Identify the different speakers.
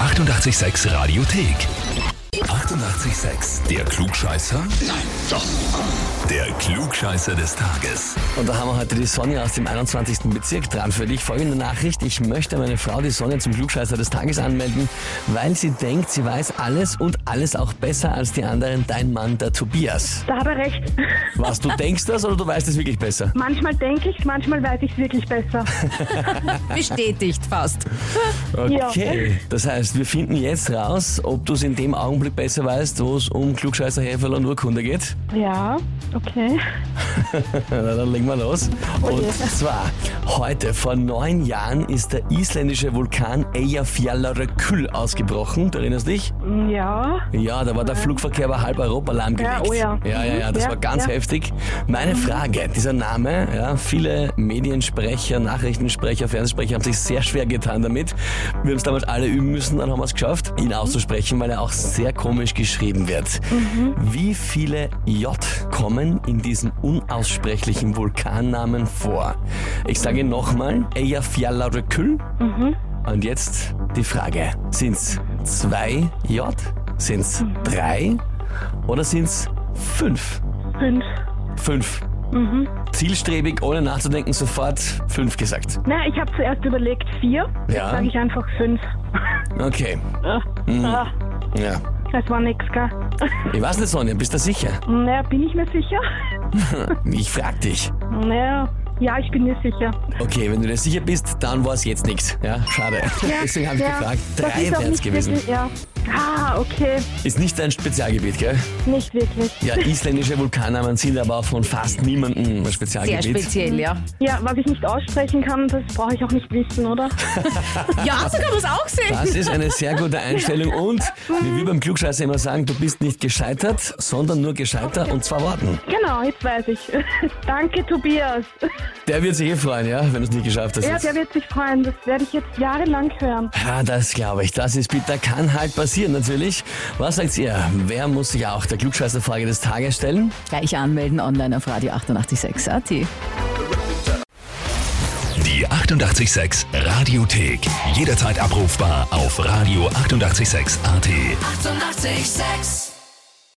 Speaker 1: 886 Radiothek. 88,6. Der Klugscheißer? Nein, doch. Der Klugscheißer des Tages.
Speaker 2: Und da haben wir heute die Sonja aus dem 21. Bezirk dran für dich. Folgende Nachricht. Ich möchte meine Frau, die Sonja, zum Klugscheißer des Tages anmelden, weil sie denkt, sie weiß alles und alles auch besser als die anderen. Dein Mann, der Tobias.
Speaker 3: Da habe ich recht.
Speaker 2: Was, du denkst das oder du weißt es wirklich besser?
Speaker 3: Manchmal denke ich, manchmal weiß ich es wirklich besser.
Speaker 4: Bestätigt fast.
Speaker 2: Okay. Das heißt, wir finden jetzt raus, ob du es in dem Augenblick besser weißt, wo es um Klugscheißer, Heferl und Urkunde geht.
Speaker 3: Ja, okay.
Speaker 2: Na, dann legen wir los. Und
Speaker 3: je.
Speaker 2: zwar, heute vor neun Jahren ist der isländische Vulkan Eyjafjallajökull ausgebrochen. Du erinnerst dich?
Speaker 3: Ja,
Speaker 2: Ja, da war der Flugverkehr bei halb Europa lahmgelegt.
Speaker 3: Ja, oh ja.
Speaker 2: ja, ja, ja, das
Speaker 3: Ja,
Speaker 2: war ganz
Speaker 3: ja.
Speaker 2: heftig. Meine Frage, dieser Name, ja, viele Mediensprecher, Nachrichtensprecher, Fernsehsprecher haben sich sehr schwer getan damit. Wir haben es damals alle üben müssen, dann haben wir es geschafft,
Speaker 3: Mhm.
Speaker 2: ihn auszusprechen, weil er auch sehr komisch geschrieben wird.
Speaker 3: Mhm.
Speaker 2: Wie viele J kommen in diesem unaussprechlichen Vulkannamen vor? Ich sage nochmal, Eyjafjallajökull. Und jetzt die Frage: Sind's zwei J? Sind's
Speaker 3: Mhm.
Speaker 2: drei? Oder sind's fünf?
Speaker 3: fünf.
Speaker 2: Fünf.
Speaker 3: Mhm.
Speaker 2: Zielstrebig, ohne nachzudenken, sofort fünf gesagt.
Speaker 3: Na, ich habe zuerst überlegt vier.
Speaker 2: Ja.
Speaker 3: Jetzt sage ich einfach fünf.
Speaker 2: Okay.
Speaker 3: Ah,
Speaker 2: Mhm.
Speaker 3: ah,
Speaker 2: Ja.
Speaker 3: Das war nix, gell?
Speaker 2: Ich weiß nicht, Sonja, bist du sicher?
Speaker 3: Naja, bin ich mir sicher?
Speaker 2: Ich frag dich.
Speaker 3: Naja, ja, ich bin mir sicher.
Speaker 2: Okay, wenn du dir sicher bist, dann war's jetzt nichts. Ja, schade. Deswegen habe ich
Speaker 3: Ja,
Speaker 2: gefragt.
Speaker 3: das
Speaker 2: Drei
Speaker 3: ist auch
Speaker 2: wären es
Speaker 3: nicht
Speaker 2: gewesen.
Speaker 3: Wirklich, ja. Ah, okay.
Speaker 2: Ist nicht dein Spezialgebiet, gell?
Speaker 3: Nicht wirklich.
Speaker 2: Ja, isländische Vulkannamen sind aber von fast niemandem ein
Speaker 4: Sehr
Speaker 2: Spezialgebiet.
Speaker 4: speziell, ja.
Speaker 3: Ja, was ich nicht aussprechen kann, das brauche ich auch nicht wissen, oder?
Speaker 4: Ja, so kann man es auch
Speaker 2: Das
Speaker 4: sehen.
Speaker 2: ist eine sehr gute Einstellung und wie wir beim Klugscheißer immer sagen, du bist nicht gescheitert, sondern nur gescheiter und zwar Worten.
Speaker 3: Genau, jetzt weiß ich. Danke, Tobias.
Speaker 2: Der wird sich eh freuen, ja, wenn du es nicht geschafft hast.
Speaker 3: Ja,
Speaker 2: jetzt.
Speaker 3: der wird sich freuen. Das werde ich jetzt jahrelang hören.
Speaker 2: Ja, das glaube ich. Das ist bitter. Kann halt passieren, natürlich. Was sagt ihr? Wer muss sich auch der Klugscheißerfrage des Tages stellen?
Speaker 4: Gleich anmelden online auf Radio 886 AT.
Speaker 1: Die 88,6 Radiothek. Jederzeit abrufbar auf radio886.at. 88,6.
Speaker 5: Eighty-eight, sex.